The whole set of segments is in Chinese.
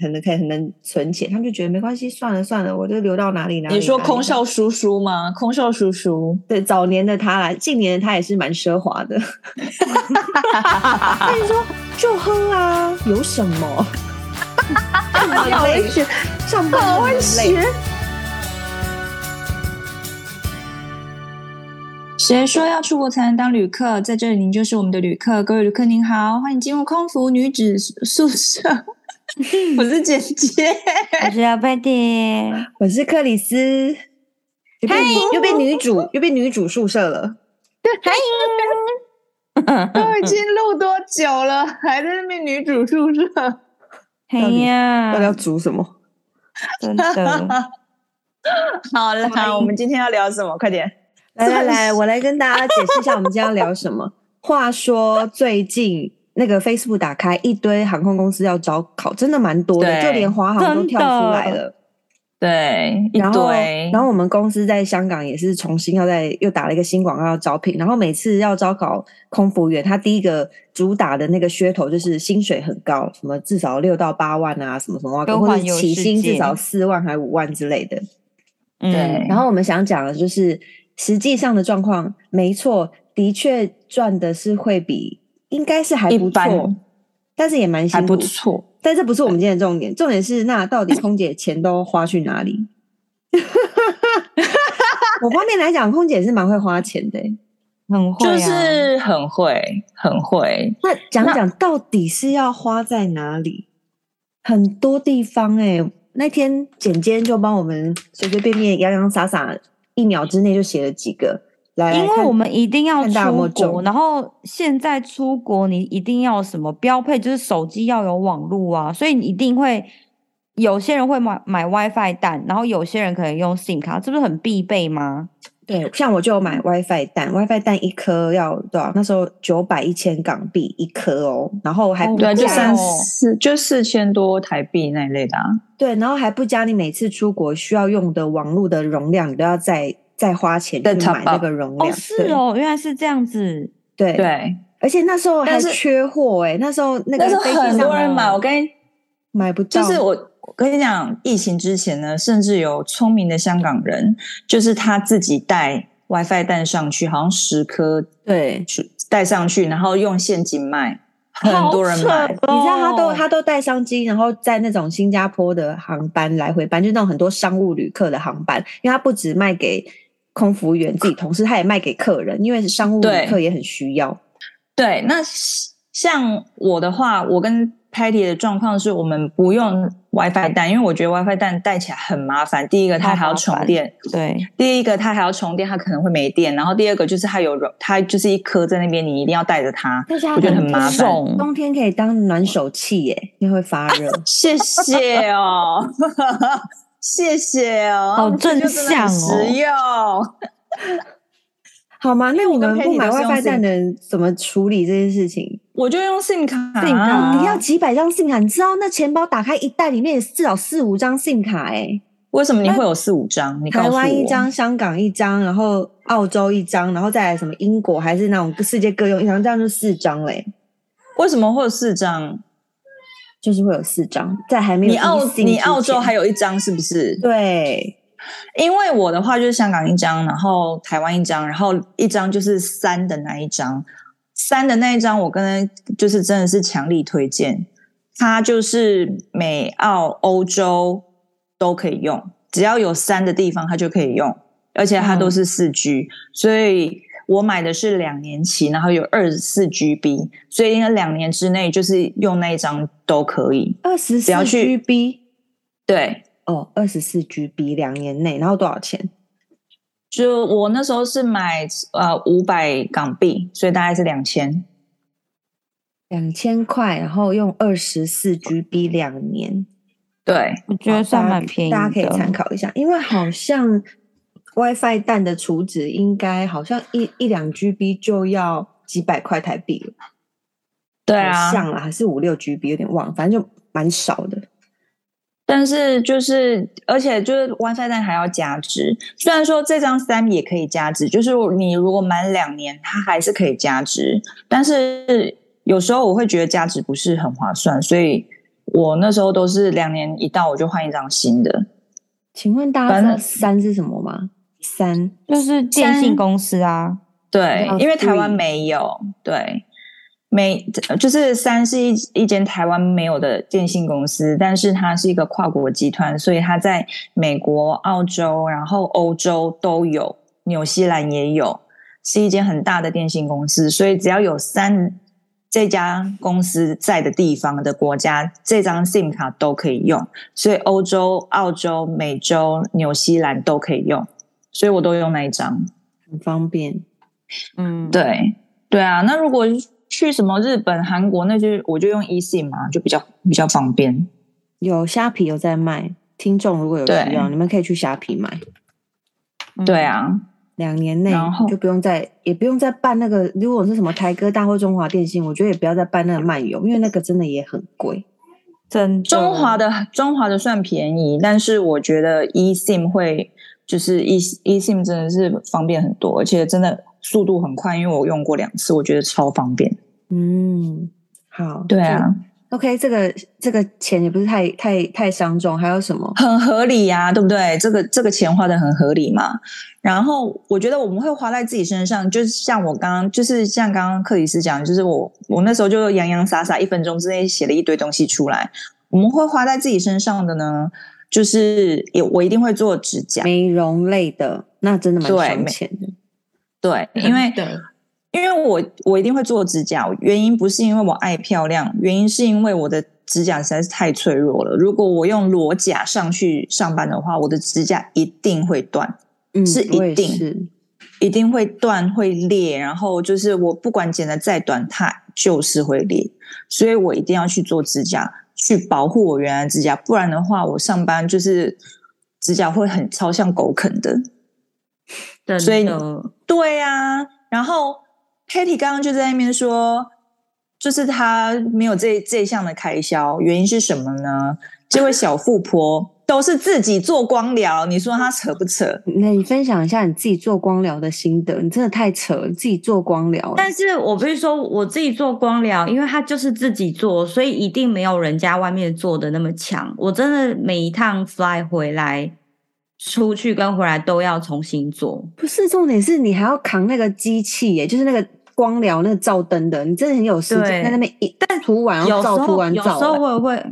可能可以很能存钱，他们就觉得没关系，算了算了，我就留到哪里哪里。你说哪里空少叔叔吗？空少叔叔，对早年的他来，近年的他也是蛮奢华的。但是说就喝啊，有什么？好会学，上班好很会累。学。谁说要出国才能当旅客？在这里，您就是我们的旅客。各位旅客您好，欢迎进入空服女子宿舍。我是姐姐，我是姚贝蒂， 我是克里斯，又变女又变女主，又变女主宿舍了。嗯都已经录多久了，还在那边女主宿舍？ 哎到底要呀，煮什么？真的， 好啦，我们今天要聊什么？快点！来来来，我来跟大家解释一下我们今天要聊什 么。话说最近那个 Facebook 打开一堆航空公司要招考，真的蛮多的，对就连华航都跳出来了。对，一然后，堆，然后我们公司在香港也是重新要在又打了一个新广告要招聘，然后每次要招考空服员，他第一个主打的那个噱头就是薪水很高，什么至少六到八万啊，什么什么啊，都或环者游起世薪界至少四万还五万之类的。对嗯，然后我们想讲的就是实际上的状况，没错，的确赚的是会比应该是还一不错般，但是也蛮还辛不苦。错。但这不是我们今天的重点，重点是那到底空姐钱都花去哪里？ 我方面来讲，空姐是蛮会花钱的欸、很会就啊，是很会，很会。那讲讲到底是要花在哪里？很多地方哎、那天简简就帮我们随随便便洋洋洒洒一秒之内就写了几个，来，因来为看我们一定要看大家有没有出国，中然后现在出国你一定要什么标配，就是手机要有网络啊，所以你一定会。有些人会买买 WiFi 蛋，然后有些人可能用 SIM 卡，这不是很必备吗？对，像我就有买 WiFi 蛋，WiFi 蛋一颗要多少？那时候九百一千港币一颗哦，然后还哦不对啊，就加三哦四，就四千多台币那一类的啊。对，然后还不加你每次出国需要用的网络的容量，你都要再再花钱再去 top 买那 up 个容哦，量。是哦，原来是这子。对，对，对，而且那时候还但是缺货哎，那时候那但是个飞机很多上人买，我跟你买不就到，是我，我跟你讲，疫情之前呢，甚至有聪明的香港人，就是他自己带 WiFi 蛋上去，好像十颗对，去带上去，然后用现金卖，很多人好扯买。哦你知道他都他都带商机，然后在那种新加坡的航班来回班，就那种很多商务旅客的航班，因为他不止卖给空服员自己同事，他也卖给客人，因为商务旅对客也很需要。对，那像我的话，我跟 Patty 的状况是我们不用 WiFi 蛋，因为我觉得 WiFi 蛋带起来很麻烦。第一个，它还要好麻充烦电；对，第一个，它还要充电，它可能会没电；然后第二个就是它有软，它就是一颗在那边，你一定要带着它。但是他我觉得很麻烦重冬天可以当暖手器耶，因为会发热。谢谢哦， 谢谢哦，好正向哦实用。好吗？那你们不买我跟 Patty 都是用 WiFi 蛋的人怎么处理这件事情？我就用 SIM 卡啊、 SIM 卡你要几百张 SIM 卡，你知道那钱包打开一袋里面也至少四五张 SIM 卡哎、为什么你会有四五张？你告台诉我湾一，张，香港一张，然后澳洲一张，然后再来什么英国还是那种世界各用一张，这样就四张嘞，为什么会有四张？就是会有四张，在还没有你澳 eSIM 你澳洲还有有一张是不是？对因为我的话就是香港一张，然后台湾一张，然后一张就是三的那一张，三的那一张我跟就是真的是强力推荐，它就是美澳欧洲都可以用，只要有三的地方它就可以用，而且它都是四 G，、所以我买的是两年期，然后有二十四 GB，所以应该两年之内就是用那一张都可以。二十只四要去 GB 对，哦，二十四 GB 两年内，然后多少钱？就我那时候是买呃五百港币，所以大概是两千。两千块，然后用二十四 GB 两年，对，我觉得算大家蛮便宜的，大家可以参考一下，因为好像 WiFi 蛋的储值应该好像一一两 GB 就要几百块台币了。对好啊。像啦，还是五六 GB，有点忘了，反正就蛮少的。但是就是，而且就是 WiFi 蛋还要加值。虽然说这张三也可以加值，就是你如果满两年，它还是可以加值。但是有时候我会觉得加值不是很划算，所以我那时候都是两年一到我就换一张新的。请问大家反知道正三是什么吗？三就是电信三公司啊，对哦，因为台湾 free 没有，对，没就是三是一一间台湾没有的电信公司，但是它是一个跨国集团，所以它在美国、澳洲，然后欧洲都有，纽西兰也有，是一间很大的电信公司，所以只要有三这家公司在的地方的国家，这张 SIM 卡都可以用，所以欧洲、澳洲、美洲、纽西兰都可以用，所以我都用那一张。很方便，嗯，，对对啊，那如果去什么日本、韩国那些，我就用 eSIM 嘛，就比较比较方便。有虾皮有在卖，听众如果有需对要，你们可以去虾皮买。对，啊，两年内然后就不用再也不用再办那个，如果是什么台哥大或中华电信，我觉得也不要再办那个漫游，因为那个真的也很贵。真的中华的中华的算便宜，但是我觉得 eSIM 会就是 e eSIM 真的是方便很多，而且真的速度很快，因为我用过两次，我觉得超方便。嗯，好，对啊，这，OK，这个这个钱也不是太太太伤重，还有什么？很合理呀、对不对？这个这个钱花的很合理嘛。然后我觉得我们会花在自己身上，就是像我刚刚，就是像刚刚克里斯讲，就是我我那时候就洋洋洒洒一分钟之内写了一堆东西出来。我们会花在自己身上的呢，就是也我一定会做指甲，美容类的，那真的蛮对伤美钱的。对，因为真的因为我我一定会做指甲，原因不是因为我爱漂亮，原因是因为我的指甲实在是太脆弱了。如果我用裸甲上去上班的话，我的指甲一定会断。嗯，是一我也定是。一定会断会裂，然后就是我不管剪的再短，它就是会裂，所以我一定要去做指甲，去保护我原来的指甲，不然的话，我上班就是指甲会很超像狗啃的。真的，所以对呀、然后 Patty 刚刚就在那边说，就是她没有这这一项的开销，原因是什么呢？这位小富婆都是自己做光疗，你说她扯不扯？那你分享一下你自己做光疗的心得，你真的太扯了，你自己做光疗了。但是我不是说我自己做光疗，因为它就是自己做，所以一定没有人家外面做的那么强。我真的每一趟 fly 回来、出去跟回来都要重新做。不是重点是你还要扛那个机器耶，就是那个光疗那个照灯的，你真的很有时间对在那边一但涂完有然后时照涂候，完有时照候完，我也会，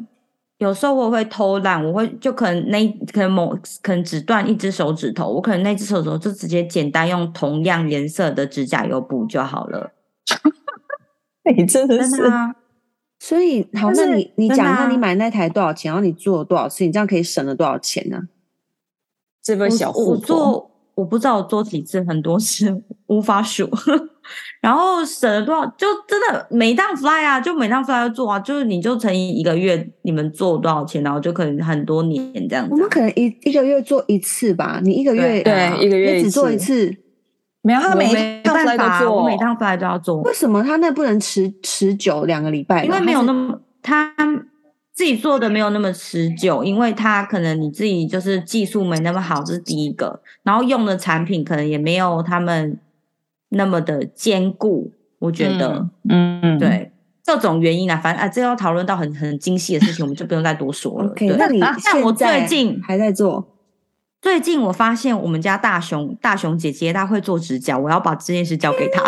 有时候我也会偷懒，我会就可能那可能某可能只断一只手指头，我可能那只手指头就直接简单用同样颜色的指甲油补就好了。 你真的真是的啊，所以好，但那是你你真讲的一下啊你买那台多少钱，然后你做了多少次，你这样可以省了多少钱呢、啊这位小我我富婆。我做我不知道我做几次，很多次无法数。 然后省了多少？就真的每一趟 fly 啊，就每趟 fly 要做啊，就是你就乘以一个月，你们做多少钱，然后就可能很多年这样子啊。我们可能一一个月做一次吧，你一个月对啊对一个月你一只做一次次，没有，他我每没一趟办 fly 法都啊，做，我每趟 fly 都要做。为什么他那不能持持久两个礼拜呢？因为没它有是那么他自己做的没有那么持久，因为他可能你自己就是技术没那么好，这是第一个，然后用的产品可能也没有他们那么的坚固，我觉得、嗯，嗯，对。各种原因啊，反正啊，这要讨论到很很精细的事情，我们就不用再多说 了。OK，对那啊你但我现在最近还在做，最近我发现我们家大熊大熊姐姐她会做指甲，我要把这件事交给她。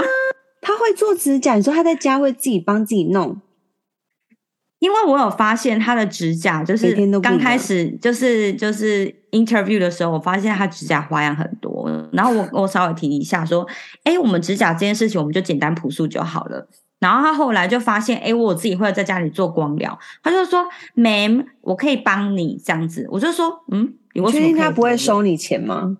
他会做指甲，你说他在家会自己帮自己弄，因为我有发现他的指甲，就每是天都不一样刚开始就是就是 interview 的时候，我发现他指甲花样很多。然后我我稍微提一下说，哎，我们指甲这件事情，我们就简单朴素就好了。然后他后来就发现，哎，我自己会在家里做光疗，他就说，ma'am，我可以帮你这样子。我就说，嗯，你你为什确么定可以他不会帮我收你钱吗？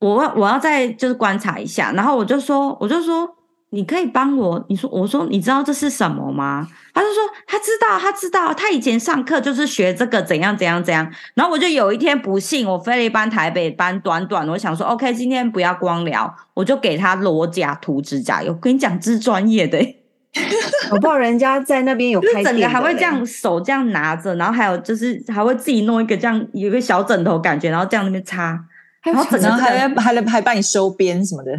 我要我要再就是观察一下，然后我就说，我就说，你可以帮我，你说，我说，你知道这是什么吗？他就说他知道，他知道，他以前上课就是学这个怎样怎样怎样。然后我就有一天不幸，我飞了一班台北班，短短，我想说，OK，今天不要光聊，我就给他裸甲涂指甲油。我跟你讲，这是专业的、欸，搞不好人家在那边有就是开整店个的还会嘞这样手这样拿着，然后还有就是还会自己弄一个这样有一个小枕头感觉，然后这样那边擦。还有然后整整个个然后还还还还帮你收编什么的，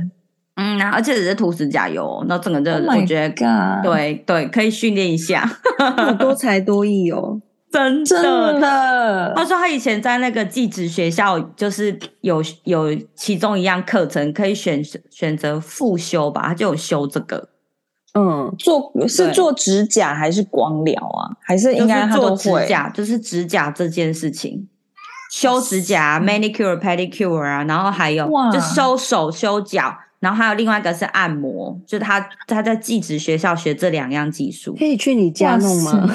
嗯，然后而且只是涂指甲油哦，那整个就 Oh 我 my 觉得 God 对对，可以训练一下， 好多才多艺哦。真真的他说他以前在那个技职学校，就是有有其中一样课程可以选选择复修吧，他就有修这个，嗯，做是对做指甲还是光疗啊？还是就应该是他做都指会？甲，就是指甲这件事情，修指甲、manicure、pedicure 啊，然后还有哇就修手、修脚，然后还有另外一个是按摩，就他他在技职学校学这两样技术可。以去你家弄吗哇？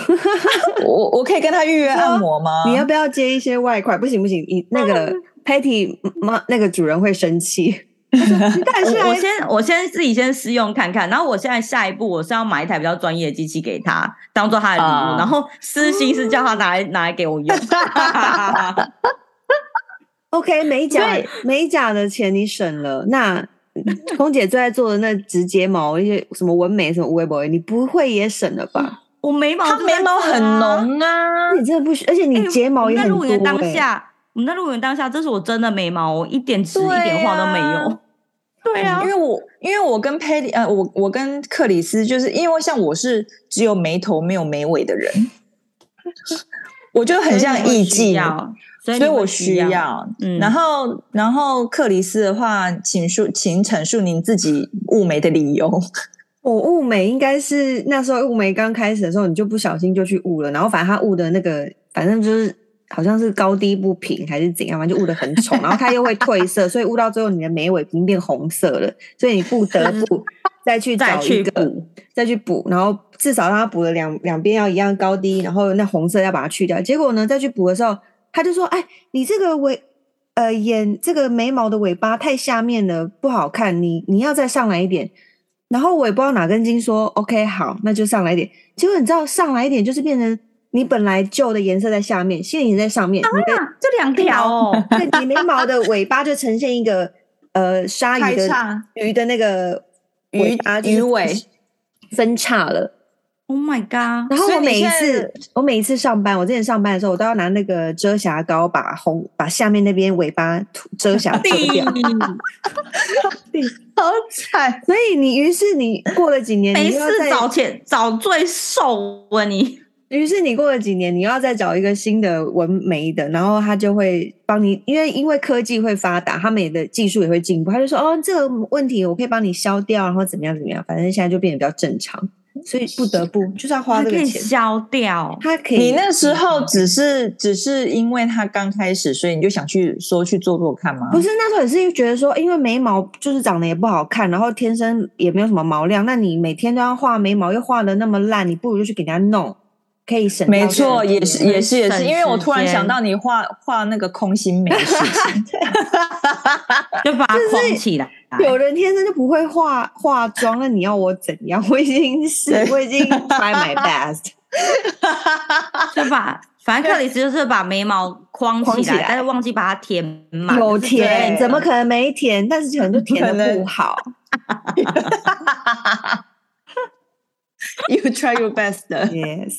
我我可以跟他预约啊按摩吗？你要不要接一些外快？不行不行，你那 个 Patty 嗯妈那个主人会生气。但是我我来先我先自己先试用看看，然后我现在下一步我是要买一台比较专业的机器给他，当做他的礼物，啊然后私心是叫他拿来拿来给我用。 OK 美甲美甲的钱你省了， 那空姐最爱做的那直睫毛，一些什么纹眉什么微博，你不会也省了吧？我眉毛他就在眉毛这很啊，浓啊，你真的不需，而且你哎睫毛我们也在很入多、园欸。当下，我们在入园当下，这是我真的眉毛，我一点脂、对一点画都没有啊。对啊因，为我因为我跟佩里呃，我我跟克里斯，就是因为像我是只有眉头没有眉尾的 人，我就很像所以你艺会需妓，要所以所以你会我需要。嗯，嗯然后然后克里斯的话，请述请阐述您自己雾眉的理由。我哦雾眉应该是那时候雾眉刚开始的时候，你就不小心就去雾了，然后反正他雾的那个，反正就是好像是高低不平还是怎样，反正就雾的很丑，然后它又会褪色，所以雾到最后你的眉尾已经变红色了，所以你不得不再去再找一去个补，再去补，然后至少让它补的两两边要一样高低，然后那红色要把它去掉。结果呢，再去补的时候，他就说：“哎，你这个尾呃眼这个眉毛的尾巴太下面了，不好看，你你要再上来一点。”然后我也不知道哪根筋说 OK 好，那就上来一点。结果你知道上来一点就是变成你本来旧的颜色在下面，新的颜色在上面，你的，啊这两 条哦对，你眉毛的尾巴就呈现一个呃鲨鱼的叉鱼的那个鱼尾巴就是鱼尾分叉了。 ，Oh my god！然后所以我你每一现在次，我每一次上班，我之前上班的时候，我都要拿那个遮瑕膏把红把下面那边尾巴涂遮瑕涂 掉。好惨，所以你，于是你过了几年，没你又事要再，找钱找罪受啊你。于是你过了几年，你又要再找一个新的纹眉的，然后他就会帮你，因为因为科技会发达，他们也的技术也会进步，他就说哦，这个问题我可以帮你消掉，然后怎么样怎么样，反正现在就变得比较正常，所以不得不就是要花还这可个以钱。消 掉，他可以，啊你那时候只是只是因为他刚开始，所以你就想去说去做做看吗？不是那时候也是觉得说，因为眉毛就是长得也不好看，然后天生也没有什么毛量，那你每天都要画眉毛，又画的那么烂，你不如就去给人家弄，可以省掉没这个错，钱。也是也是也省是，因为我时突然想间到你画画那个空心眉的事情，就把它框起来。有人天生就不会化化妆，那你要我怎样？我已经是对我已经 try my best，就把反正克里斯就是把眉毛框框起起来，来但是忘记把它填满。有这是最填累怎么的可能没填？但是可能就填可的能不好。 You try your best yes，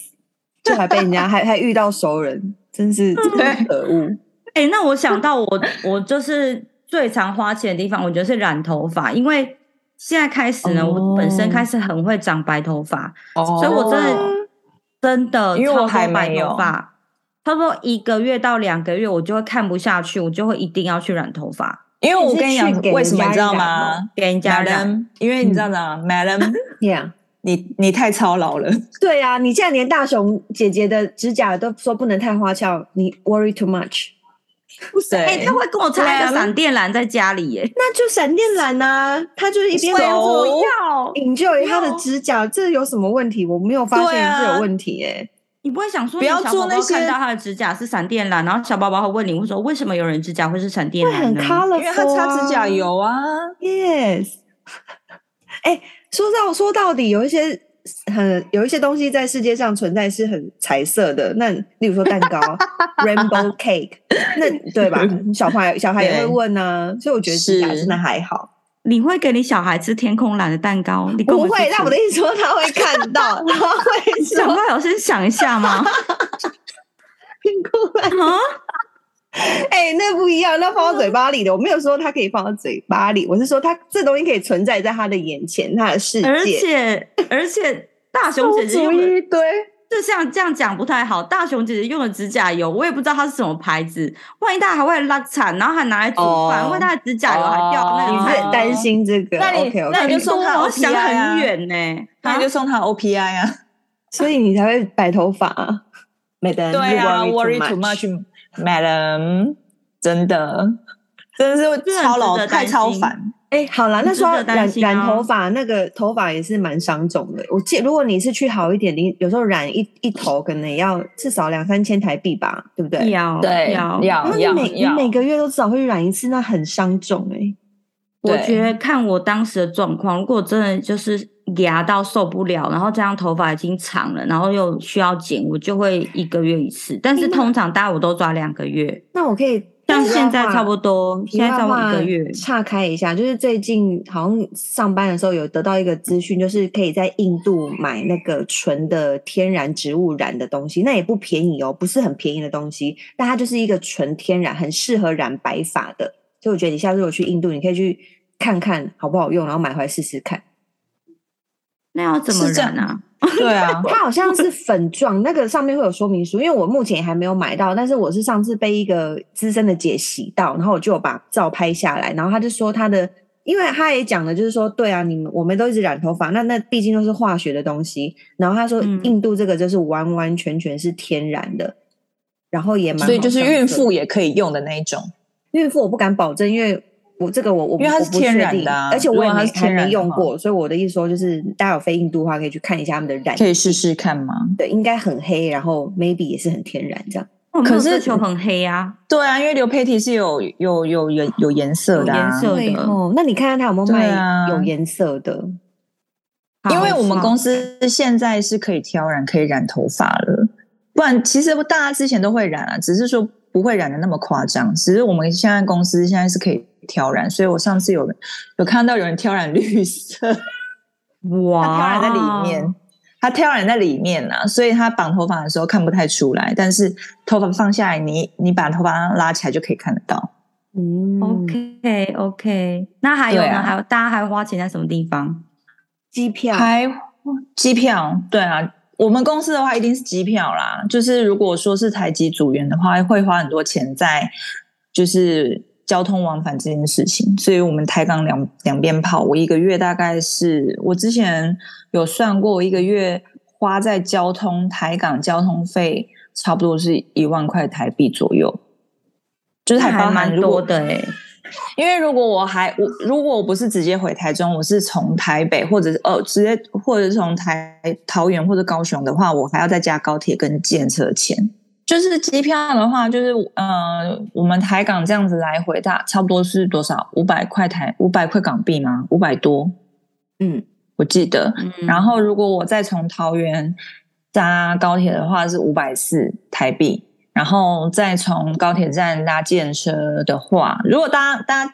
就还被人家还还遇到熟人，真是真是可恶。哎、那我想到我我就是最常花钱的地方，我觉得是染头发，因为现在开始呢，我本身开始很会长白头发，所以我真的真的哦因为超我多还白没头有发，差不多一个月到两个月，我就会看不下去，我就会一定要去染头发，因为我你跟是你去讲给为人什么家你知道染吗给人家染。 ？Madam，因为你知道吗？Madam， Yeah，你你太操劳了，对啊，你现在连大雄姐姐的指甲都说不能太花俏，你 worry too much，哎、对啊他，会跟我插一啊个闪电蓝在家里耶，那就闪电蓝呐、啊，他就是一边手走不要引咎于他的指甲，这有什么问题？我没有发对现啊这有问题哎、你不会想说不你要小做宝那宝看些到他的指甲是闪电蓝，然后小宝宝会问你，会说为什么有人指甲会是闪电会蓝很呢？ colorful，、啊、因为他擦指甲。油啊， Yes，哎、说到说到底，有一些很有一些东西在世界上存在是很彩色的，那例如说蛋糕 （rainbow cake），那对吧？小孩小孩也会对问啊，所以我觉得指甲是真的还好。你会给你小孩吃天空蓝的蛋糕？你根不本就会，但我的吃意思说他会看到，他会 想说到有先想一下吗？天空蓝，啊， 哎、那不一样，那放到嘴巴里的，我没有说它可以放到嘴巴里，我是说它这东西可以存在在他的眼前，他的 世而界。且而且大雄姐姐周用的一堆，这像这样讲不太好。大雄姐姐用的指甲油，我也不知道它是什么牌子，万一大家还会拉惨，然后还拿来煮饭，哦万一她的指甲油还掉那你个哦菜是担心这个那你？OK 那你 OK，就送她我想 OPI 啊很远呢、那你就送他 OPI 啊。所以你才会白头发、啊。每个人对啊 w o r ，worry too much，madam，真的，真真的是的超劳，值得太担超心凡。哎、好啦，那值说到得担染、心啊染哦头发，那个头发也是蛮伤种的。我记，如果你是去好一点，你有时候染一一头，可能也要至少两三千台币吧，对不对？啊要对要要那你每你要每个月都至少会染一次，那很伤种哎、我对觉得看我当时的状况，如果真的就是牙到受不了，然后这样头发已经长了，然后又需要剪，我就会一个月一次。但是通常大家我都抓两个月，那我可以像题外现在话差不多，题现在外差不多话一个月。岔开一下，就是最近好像上班的时候有得到一个资讯，就是可以在印度买那个纯的天然植物染的东西，那也不便宜哦，不是很便宜的东西，但它就是一个纯天然，很适合染白发的。所以我觉得你下次如果去印度，你可以去看看好不好用，然后买回来试试看。那要怎么是这样染啊？ 对啊，它好像是粉状，那个上面会有说明书，因为我目前还没有买到，但是我是上次被一个资深的姐洗到，然后我就有把照拍下来，然后她就说她的，因为她也讲了，就是说对啊，你们我们都一直染头发，那那毕竟都是化学的东西，然后她说嗯印度这个就是完完全全是天然的，然后也蛮好所以就是上手孕妇也可以用的那一种。孕妇我不敢保证，因为我这个我我不因为它是我不天确然定的啊而且如我果也它没是还天然没的用话过，所以我的意思说就是大家有飞印度的话可以去看一下他们的染可以试试看吗？对，应该很黑，然后 maybe 也是很天然这样。我没有可是追求很黑啊，对啊，因为刘佩缇是有有有有有颜色的、啊，有颜色对的哦，那你看看他有没有对卖啊有颜色的？因为好我们好公司现在是可以挑染、可以染头发了，不然其实大家之前都会染啊，只是说不会染的那么夸张。只是我们现在公司现在是可以挑染，所以我上次有有看到有人挑染绿色，他 挑哇，染在里面，他挑染在里面啊，所以他绑头发的时候看不太出来，但是头发放下来，你你把头发拉起来就可以看得到。嗯 OK OK，那还有对呢？啊还有大家还花钱在什么地方？机票还机票，对啊，我们公司的话一定是机票啦。就是如果说是台籍组员的话，会花很多钱在就是交通往返这件事情。所以我们台港两两边跑，我一个月大概是我之前有算过，我一个月花在交通台港交通费差不多是一万块台币左右。就是还那包还含蛮如果多的哎、因为如果我还我如果我不是直接回台中，我是从台北或者是呃直接或者是从台桃园或者高雄的话，我还要再加高铁跟建车钱。就是机票的话，就是呃，我们台港这样子来回大差不多是多少？五百块台五百块港币吗？五百多，嗯，我记得。嗯然后如果我再从桃园搭高铁的话是五百四台币，然后再从高铁站搭电车的话，如果搭搭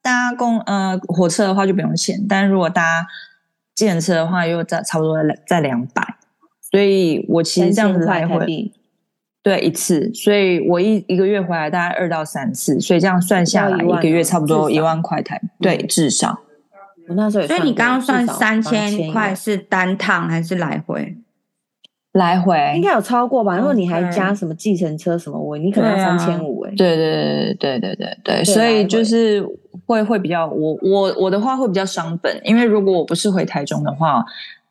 搭公呃火车的话就不用钱，但如果搭电车的话又在差不多在两百，所以我其实这样子来3000块台回。币对一次，所以我一一个月回来大概二到三次，所以这样算下要来，一万一个哦月差不多至一少嗯万块台，对，至少。我那时候也嗯所以算你过刚刚至算少三8000千块元，是单趟还是来回？来回应该有超过吧？如果你还 OK 加什么计程车什么，我你可能要对三啊千五哎。对对对对对对对，对所来以回就是会会比较我我我的话会比较伤本，因为如果我不是回台中的话，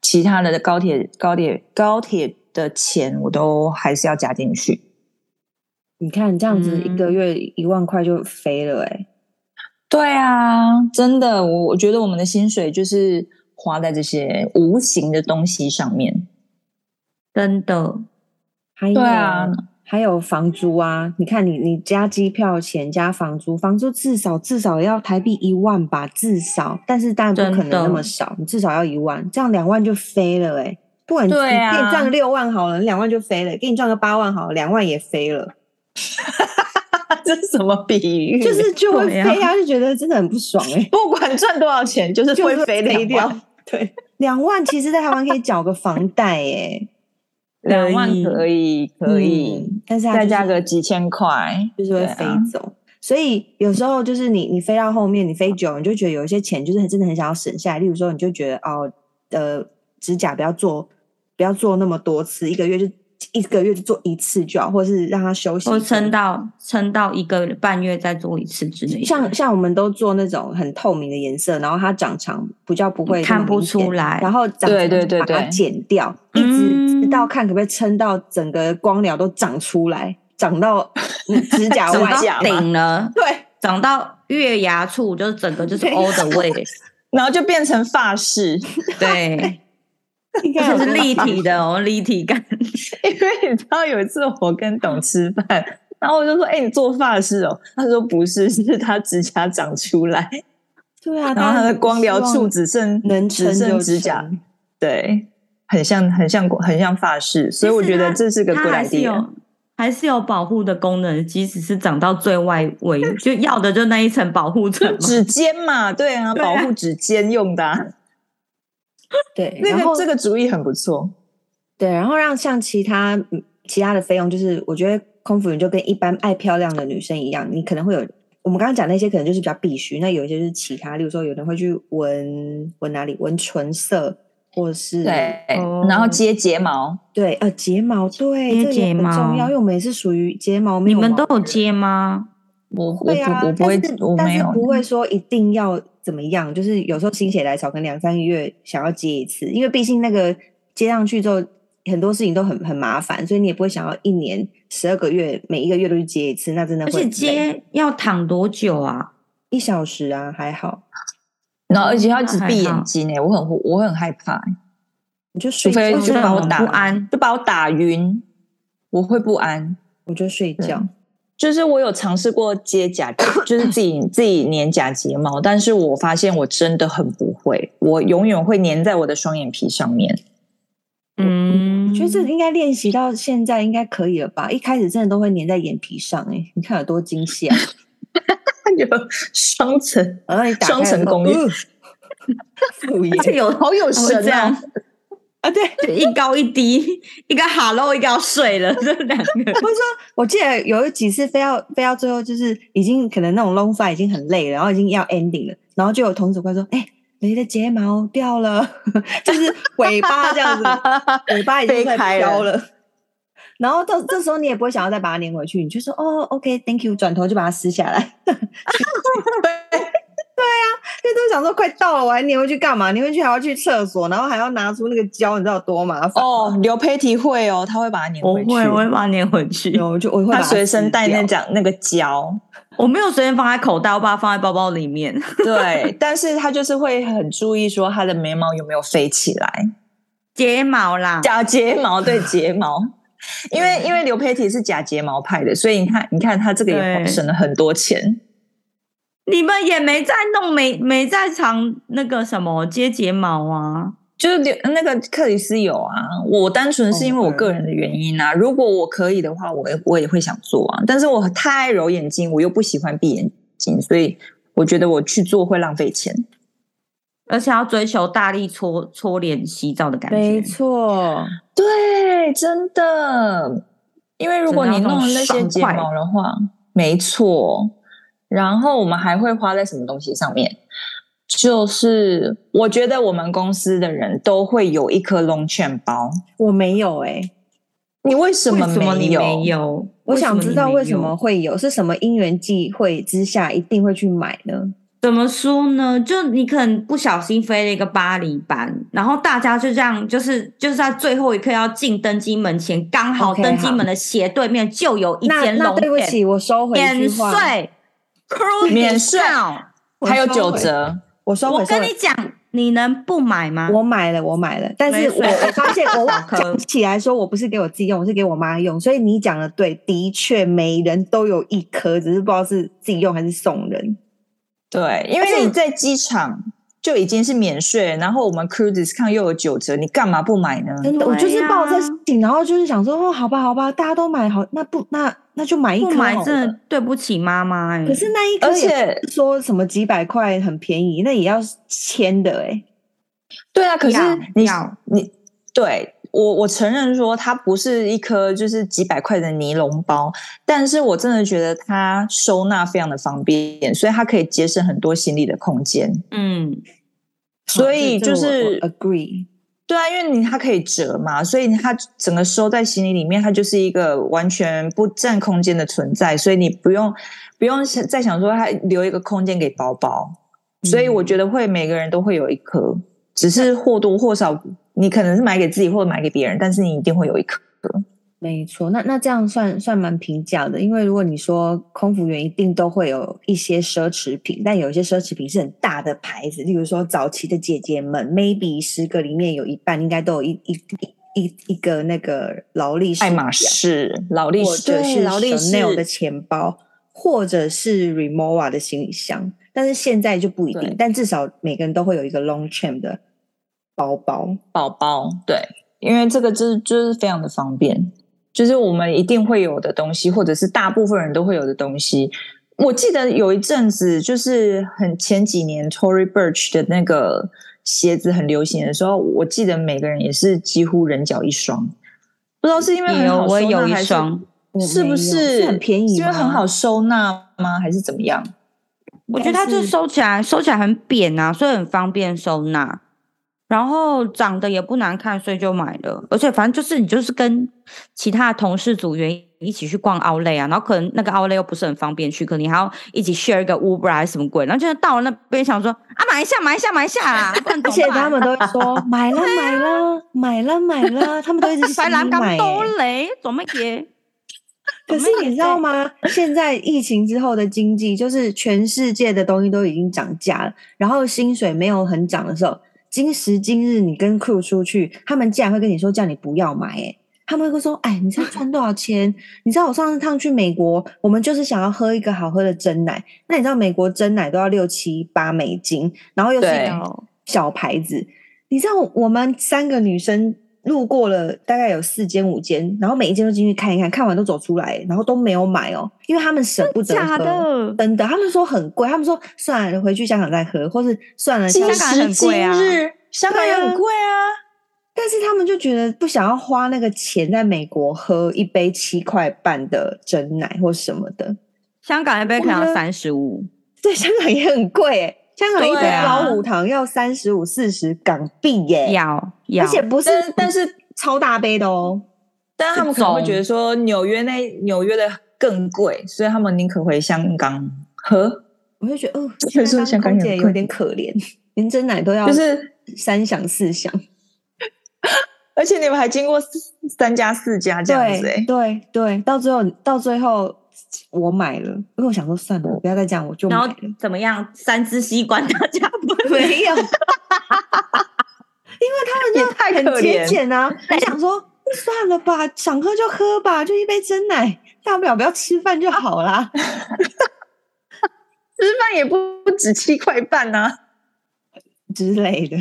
其他的高铁高铁高铁的钱我都还是要加进去。你看这样子一个嗯月一万块就飞了哎。对啊，真的，我我觉得我们的薪水就是花在这些无形的东西上面。 真的，还有对啊还有房租啊！你看你，你加机票钱加房租，房租至少至少也要台币一万吧，至少，但是当然不可真能的那么少，你至少要一万，这样两万就飞了哎、不管对啊你给你赚个六万好了，两万就飞了；给你赚个八万好了，两万也飞了，这是什么比喻？就是就会对飞啊啊，就觉得真的很不爽哎、 不管赚多少钱，就是就是会飞飞两万掉。对，两万其实在台湾可以缴个房贷哎、两万可以可以，嗯但是它再就是加个几千块，就是会对啊飞走。所以有时候就是你你飞到后面，你飞久了，你就觉得有一些钱就是真的很想要省下来。例如说，你就觉得哦，呃，指甲不要做，不要做那么多次，一个月就一个月就做一次就好，或是让它休息一我阵。撑到撑到一个半月再做一次之类的，像像我们都做那种很透明的颜色，然后它长长比较不会那么看不明显出来然后长对长对就对把它对剪掉，一直嗯直到看可不可以撑到整个光疗都长出来，长到你指甲 长外到指，甲嘛顶了，对。长到月牙处，就是整个就是 all the way，然后就变成发饰，对， 应该而 有且是多立大体 的哦，立体感。 因为你知道有一次我跟董吃饭，然后我就说：“哎、你做发饰哦？”他说：“不是，是他指甲长 出来，对啊，然后他的光疗处置只剩能只撑就剩指甲，撑对，很像很像很像发饰，所以我觉得这是个它 good 还是 idea。有还是有保护的功能，即使是长到最外围， 就要的就那一层保护层嘛。指尖嘛，对啊，对啊保护指尖用的、啊，对，那 然后个这个主意很不错。对，然后让像其他嗯其他的费用，就是我觉得空服员就跟一般爱漂亮的女生一样，你可能会有我们刚刚讲那些可能就是比较必须，那有一些就是其他，例如说有人会去纹纹哪里，纹唇色，或是对，哦然后接睫毛，对呃睫毛，对，接这也睫很重要，毛因为我们也是属于睫毛没你有们都毛有接吗？我我对不、啊，我不会但是我但没是有不会说一定要怎么样，就是有时候心血来潮，可能两三个月想要接一次，因为毕竟那个接上去之后，很多事情都很很麻烦，所以你也不会想要一年十二个月每一个月都去接一次，那真的会而且很累接要躺多久啊？一小时啊，还好，然后而且要一直那还闭好眼睛欸诶、我很我很害怕、欸你就除睡非觉就就把好我了，打不安就把我打晕，我会不安。我就睡觉。就是我有尝试过接假， 就是自己自己粘假睫毛，但是我发现我真的很不会，我永远会粘在我的双眼皮上面。 嗯，我觉得这应该练习到现在应该可以了吧？一开始真的都会粘在眼皮上哎、你看有多精细啊！有双层，然后你打开双的时层候公寓呃复眼 这 有好有会神这样啊！，啊，对，就一高一低，一个 hello，一个要睡了，这两个。不是说，我记得有几次飞到飞到最后，就是已经可能那种 long flight 已经很累了，然后已经要 ending 了，然后就有同事过来说：“哎、你的睫毛掉了， 就是尾巴这样 子，尾巴已经在飞开飘了了。”然后到这时候你也不会想要再把它粘回去，你就说哦，OK，Thank、you，转头就把它撕下来。 对啊，因为都想说快到了，我还粘回去干嘛？粘回去还要去厕所，然后还要拿出那个胶，你知道有多麻烦？哦，刘佩提会哦，他会把它粘我回去会，，我会把它粘回去。有，我就我会把他它随身撕带掉那讲那个胶，我没有随便放在口袋，我把它放在包包里面。对，但是他就是会很注意说他的眉毛有没有飞起来， 睫毛啦， 假睫毛对睫毛，因为因为刘佩提是假睫毛派的，所以你看你看他这个也对省了很多钱，你们也没在弄，没没在藏那个什么接睫毛啊？就是刘那个克里斯有啊，我单纯是因为我个人的原因啊，如果我可以的话，我也我也会想做啊，但是我太揉眼睛，我又不喜欢闭眼睛，所以我觉得我去做会浪费钱。而且要追求大力搓搓脸、洗澡的感没觉。错，对，真的，因为如果你真的弄要了那些那种爽睫快毛的话，没错。然后我们还会花在什么东西上面？就是我觉得我们公司的人都会有一颗龙券包，我没有哎、你为什为么什么没你有？没有？我想知道你为没什么有？会有，是什么因缘际会之下一定会去买呢？怎么说呢？就你可能不小心飞了一个巴黎班，然后大家就这样，就是就是在最后一刻要进登机门前，刚好 OK，登机好门的斜对面就有一那间那龙对不眼起，我收回一句免话，税 crew 免税 discount 我还有收九回，折，我收回，收我跟回你讲，你能不买吗？我买了，我买了，但没是我事我发 现我忘可讲起来说，我不是给我自己用，我是给我妈用，所以你讲的对，的确每人都有一颗，只是不知道是自己用还是送人。对，因而且为你在机场就已经是免税，然后我们 crew discount 又有九折，你干嘛不买呢？真的，我嗯对啊就是抱着这呀事情，然后就是想说，哦，好吧，好吧，大家都买好，那不那那就买一颗不好了。买真的对不起妈妈哎。可是那一颗而也且说什么几百块很便宜，那也要签的哎、对啊，可是要你要你对，我我承认说它不是一颗就是几百块的尼龙包，但是我真的觉得它收纳非常的方便，所以它可以节省很多行李的空间。嗯，所以就是、 agree，对啊，因为你它可以折嘛，所以它整个收在行李里面，它就是一个完全不占空间的存在，所以你不用不用想再想说它留一个空间给包包。嗯所以我觉得会每个人都会有一颗，只是或多或少，你可能是买给自己或者买给别人，但是你一定会有一啊颗。没错。那那这样算算蛮平价的，因为如果你说空服员一定都会有一些奢侈品，但有一些奢侈品是很大的牌子，例如说早期的姐姐们，maybe 十个里面有一半应该都有一一一一一个那个劳力士爱马表仕、劳力或士，者对是劳力士 Chanel 的钱包，或者是 Remova 的行李箱。但是现在就不一定对，但至少每个人都会有一个 long chain 的包包。宝宝，对，因为这个就是就是非常的方便，就是我们一定会有的东西，或者是大部分人都会有的东西。我记得有一阵子，就是很前几年 Tory Burch 的那个鞋子很流行的时候，我记得每个人也是几乎人脚一双，不知道是因为很有好我收纳有一还是双，我是没不有是很便宜是因为吗很好收纳吗？还是怎么样？我觉得它就是是收起来，收起来很扁啊，所以很方便收纳。然后长得也不难看，所以就买了。而且反正就是你就是跟其他的同事组员一起去逛 Outlet 啊，然后可能那个 Outlet 又不是很方便去，可能你还要一起 share 一个 Uber 还是什么鬼，然后就是到了那边想说啊买一下买一下买一下啦，不然而怎么且他办们都会 说买了买了买了买了，他们都一直白想兰你买刚都欸。雷，怎么也可是你知道吗？现在疫情之后的经济，就是全世界的东西都已经涨价了，然后薪水没有很涨的时候，今时今日你跟 crew 出去，他们竟然会跟你说叫你不要买、欸，他们会说：“哎，你才赚多少钱？ 你知道我上趟去美国，我们就是想要喝一个好喝的真奶。那你知道美国真奶都要六七八美金，然后又是一对个小牌子。你知道我们三个女生路过了大概有四间五间，然后每一间都进去看一看，看完都走出来，然后都没有买哦，因为他们舍不得假喝的？真的，他们说很贵，他们说算了，回去香港再喝，或是算了，香今港香港很今贵啊日香港也很贵啊。但是他们就觉得不想要花那个钱在美国喝一杯七块半的真奶或什么的，香港一杯我可觉能得三十五，对，香港也很贵诶、香港一杯对啊老母糖要三十五四十港币耶、要要，而且不是但是但是超大杯的哦。但他们可能会觉得种说纽约那纽约的更贵，所以他们宁可回香港喝，我就觉得，哦，这个是香香港空港人姐的有困点可怜，连真奶都要就是三想四想。而且你们还经过四三家四家这样子哎、对对对，到最后到最后我买了，因为我想说算嗯了，不要再这样，我就买然后了。怎么样？三支吸管大家不没有，因为 他们也太就可很节怜俭 啊。我想说，算了吧，想喝就喝吧，就一杯真奶，大不了不要吃饭就好啦。 吃饭也不不止七块半啊呐、之类的。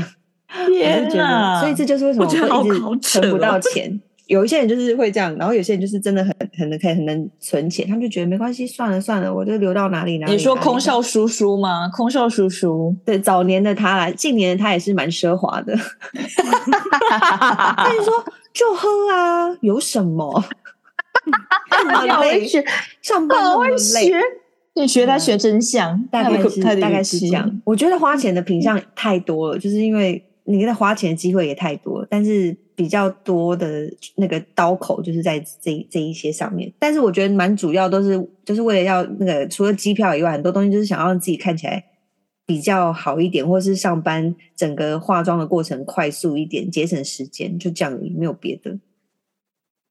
我 天就觉得，所以这就是为什么我觉得会一好好直扯存不到哦钱。有一些人就是会这样，然后有些人就是真的很很能可以很能存钱，他们就觉得没关系，算了算了，我就留到哪里哪里。你说哪里空？少叔叔吗？空少叔叔，对，早年的他啦，近年的他也是蛮奢华的。 但是说就喝啊，有什 么？干好嘛会累，学，上班那好么会累，学，你学他学真相，大概是嗯他的大概语是气这样。嗯我觉得花钱的品相太多了，就是因为你在花钱的机会也太多了，但是比较多的那个刀口就是在这这一些上面。但是我觉得蛮主要都是就是为了要那个除了机票以外，很多东西就是想要让自己看起来比较好一点，或是上班整个化妆的过程快速一点，节省时间，就这样而已，没有别的。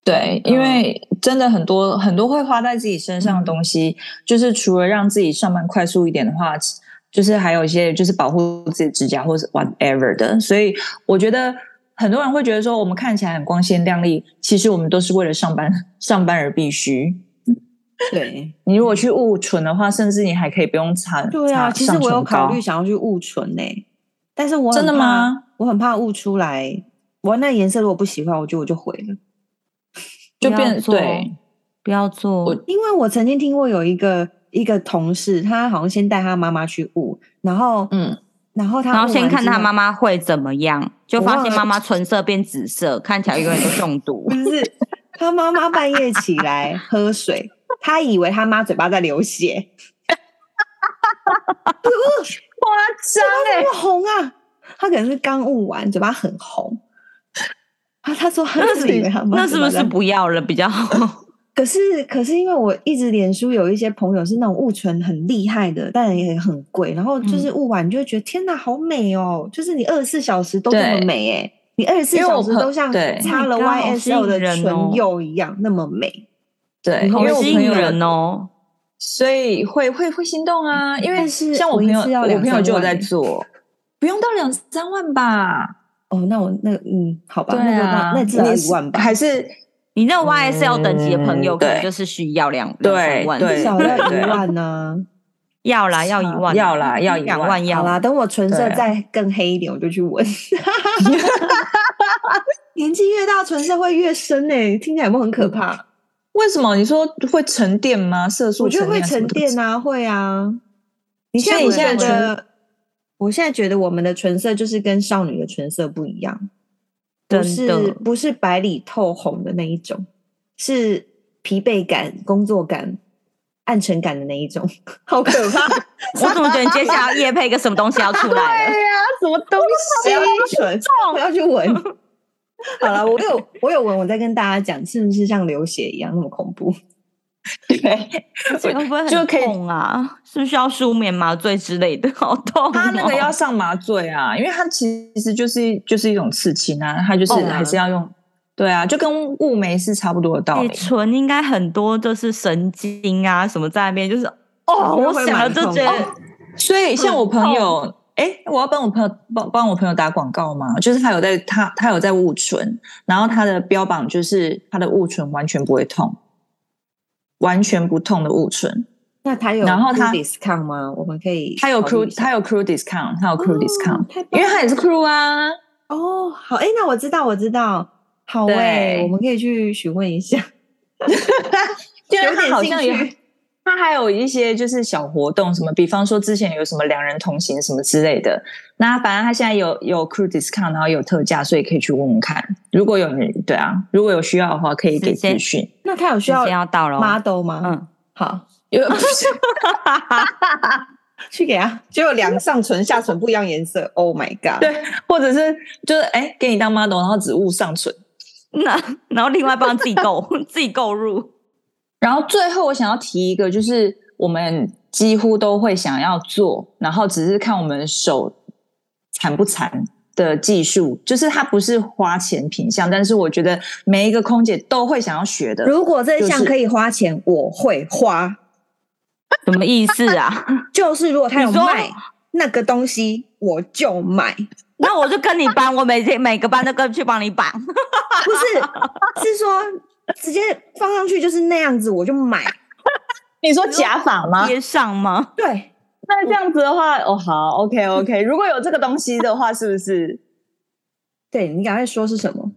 对，嗯因为真的很多很多会花在自己身上的东西，就是除了让自己上班快速一点的话，就是还有一些就是保护自己的指甲或是 whatever 的。所以我觉得很多人会觉得说，我们看起来很光鲜亮丽，其实我们都是为了上班上班而必须。对，你如果去误存的话，甚至你还可以不用擦。对啊，擦其实上我有唇膏考虑想要去误唇呢、但是我很真的怕吗？我很怕悟出来，我那颜色如果不喜欢，我觉得我就毁了。就不要变做对，不要做，我因为我曾经听过有一个一个同事，他好像先带他妈妈去悟，然后嗯，然后他然后问先完看之他后妈妈会怎么样，就我发忘现了妈妈唇色变紫色，看起来永远都 中毒。不是， 他妈妈半夜起来喝水，他以为他妈嘴巴在流血，张哎那，么红啊！他可能是刚悟完，嘴巴很红。啊，他说他那自己以为是他妈那嘴是巴不在是不要了比 较好？可是，可是因为我一直脸书有一些朋友是那种雾唇很厉害的，但也很贵。然后嗯就是雾完，你就会觉得、天哪，好美哦！就是你二十四小时都这么对美哎、你二十四因为我小时朋都像对擦了 Oh my god，好吸 YSL 的引人哦唇釉一样、那么美。对，因好为我吸朋引友有人哦！所以会会会心动啊，因为嗯但是像我我一朋友，次要我两朋友三就有万在欸做，不用到两三万吧？哦，那我那嗯，好吧，对那就啊到，那至少你一是万吧，还是你那 YSL 等级的朋友，嗯可能对就是需要两对两三万，对至少要对一万呢、要啦要一万，要啦要一两万万好要啦，等我唇色对啊再更黑一点，我就去纹。 年纪越大，唇色会越深诶、听起来有没有很可怕？为什么你说会沉淀吗？色素我觉得沉会淀还是什沉么淀啊，会啊。你所现以在不你现在觉唇得？我现在觉得我们的唇色就是跟少女的唇色不一样，不 真是的不是白里透红的那一种，是疲惫感、工作感、暗沉感的那一种， 好可 怕！我怎么觉得你接下来叶配个什么东西要出来了？哎什么东不要去唇，不要去 闻。好了，我有我有闻，我再跟大家讲，是不是像流血一样那么恐怖？西？ 对， 这个会不会就很可以痛啊？是不是需要舒眠麻醉之类的？好痛哦！它那个要上麻醉啊，因为它其实就是就是一种刺青啊，它就是哦还是要用。对啊，就跟雾眉是差不多的道哎理。唇应该很多就是神经啊什么在那边，就是哦， 我觉得我会想了蛮就痛觉的得所以像我朋友，哎、我要帮我朋友帮帮我朋友打广告嘛，就是他有在他他有在雾唇，然后他的标榜就是他的雾唇完全不会痛，完全不痛的雾唇。那他有然后 crew 他 discount 吗？我们可以他有考虑 crew 一下他有 crew discount，他有 crew 哦 discount，、太因棒为他也是 crew 啊。哦，好，哎，那我知道，我知道，好哎、对我们可以去询问一下，因为有啊他点好兴像有，趣。他还有一些就是小活动，什么，比方说之前有什么两人同行什么之类的。那反正他现在有有 crew discount，然后有特价，所以可以去问问看。如果有人对啊，如果有需要的话，可以给时间资讯。 那他有需时要间要到了哦， model 吗？嗯，好，因为不是去给他，结果两上唇下唇不一样颜色，Oh my god！对，或者是就是哎，给你当 model，然后只物上唇。 那然后另外帮自己购 自己购入，然后最后我想要提一个，就是我们几乎都会想要做，然后只是看我们手残不残的技术，就是它不是花钱品相，但是我觉得每一个空姐都会想要学的。如果这一项就是可以花钱，我会花。什么意思啊？ 就是如果他有你说卖那个东西，我就买。那我就跟你帮，我每天每个班都跟去帮你绑，不是，是说直接放上去就是那样子，我就买。你说假发吗？贴上吗？对，那这样子的话，哦好，OK OK，如果有这个东西的话，是不是对你赶快说是什么？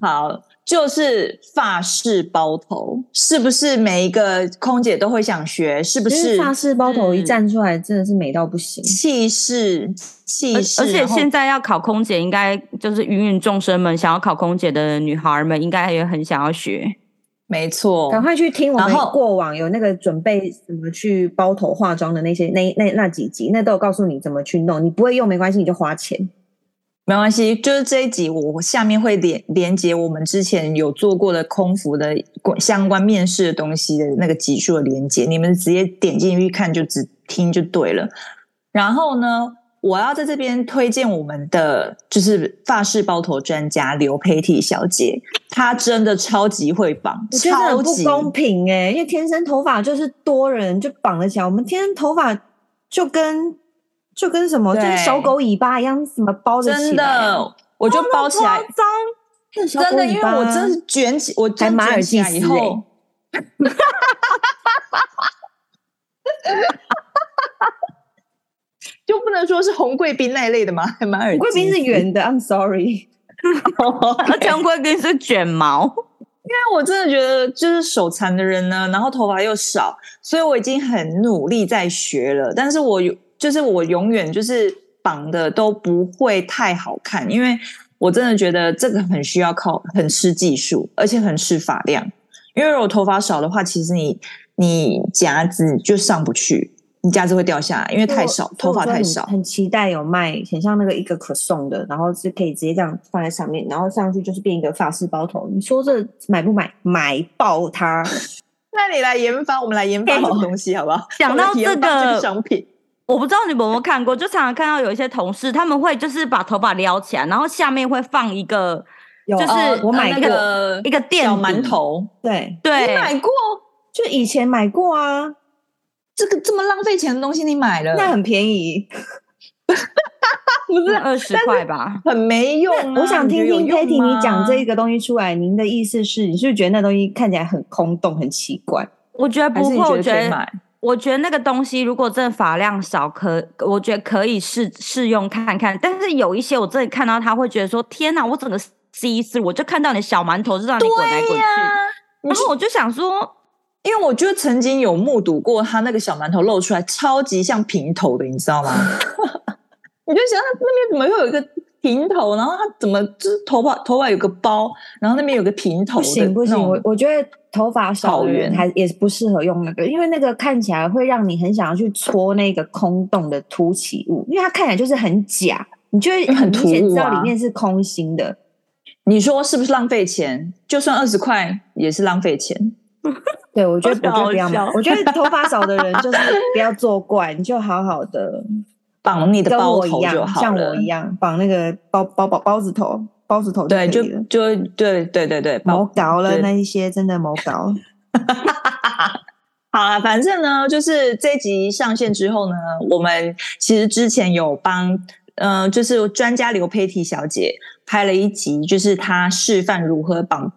好？就是发式包头，是不是每一个空姐都会想学？是不其实是发式包头一嗯站出来，真的是美到不行。气势？气而势，而且然后现在要考空姐，应该就是芸芸众生们想要考空姐的女孩们，应该也很想要学。 没错，赶快去听我们哦然后过往有那个准备怎么去包头化妆的那些那那那几集，那都有告诉你怎么去弄。你不会用没关系，你就花钱。没关系，就是这一集我我下面会连连接我们之前有做过的空服的相关面试的东西的那个集数的连接，你们直接点进去看就只听就对了。然后呢，我要在这边推荐我们的就是发饰包头专家刘佩蒂小姐，她真的超级会绑，我觉得很超不级公平哎、因为天生头发就是多人就绑得起来，我们天生头发就跟就跟什么就对跟小狗尾巴一样，怎么包得起真来啊、的，我就包起来，脏，真的小真狗的，尾因为巴我真是卷起，我真还的马尔卷起济来以斯后。 就不能说是红贵宾那一类的吗？还蛮耳红贵宾是圆的，I'm sorry。因而且红贵宾是卷毛，为我真的觉得就是手残的人呢，然后头发又少，所以我已经很努力在学了，但是我有就是我永远就是绑的都不会太好看，因为我真的觉得这个很需要靠很吃技术，而且很吃发量。因为如果头发少的话，其实你你夹子就上不去，你夹子会掉下来，因为太少，头发太少很。很期待有卖，很像那个一个可送的，然后是可以直接这样放在上面，然后上去就是变一个发饰包头。你说这买不买？买爆 它！ 那你来研发，我们来研发好东西好不好？ 讲到我们来研发这这个个商品，我不知道你们有没有看过，就常常看到有一些同事，他们会就是把头发撩起来，然后下面会放一个有就是哦我买那过个一个垫小底馒，头，对，你对，买过就以前买过啊，这个这么浪费钱的东西，你买了，那很便宜。不是二十块吧？很没用啊、我想听听 Patty 你讲这个，个东西出来，您的意思是，你是不是觉得那东西看起来很空洞、很奇怪？我觉得还不是会，你觉我得觉可以得买？我觉得那个东西如果真的发量少，可我觉得可以试试用看看。但是有一些我真的看到他会觉得说，天哪，我整个 C 四，我就看到你小馒头就让你滚来滚去，你然是后我就想说，因为我就曾经有目睹过他那个小馒头露出来，超级像平头的，你知道吗？ 你就想那那边怎么会有一个平头，然后他怎么就是头发头发有个包，然后那边有个平头不的行不行，那种我我觉得头发少的草原人还也不适合用那个，因为那个看起来会让你很想要去搓那个空洞的凸起物，因为它看起来就是很假，你就会因为很明显知突兀道啊里面是空心的。你说是不是浪费钱？就算二十块也是浪费钱。对，我觉得我好觉得不要买笑，我觉得头发少的人就是不要作怪，你就好好 的绑你的跟包我一头就样，好像我了一，样绑那个包包包包子头，包子头就可对，就以了。哦就对对对对，绑毛搞了对那一些真的毛 搞，好啦，反正呢，就是这集上线之后呢，我们其实之前有帮，呃，就是专家刘佩蒂小姐拍了一集，就是她示范如何绑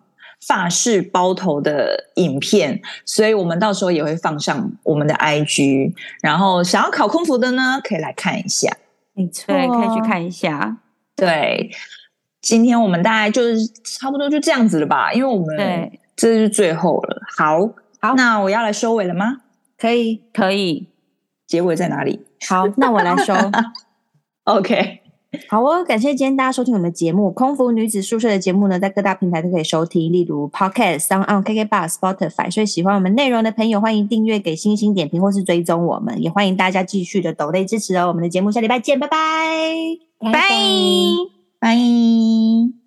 发饰包头的影片，所以我们到时候也会放上我们的 IG，然后想要考空服的呢，可以来看一下。没错对，可以去。看一下。对，今天我们大概就是差不多就这样子了吧，因为我们对这是最后了。好，好那我要来收尾了吗？可以，可以，结尾在哪里？ 好，那我来收。 OK，好哦，感谢今天大家收听我们的节目《空服女子宿舍》的节目呢，在各大平台都可以收听，例如 Podcast、Sound On、KK Bar、Spotify。所以喜欢我们内容的朋友，欢迎订阅、给星星点评或是追踪我们，也欢迎大家继续的抖内支持哦。我们的节目下礼拜见，拜拜，拜。拜。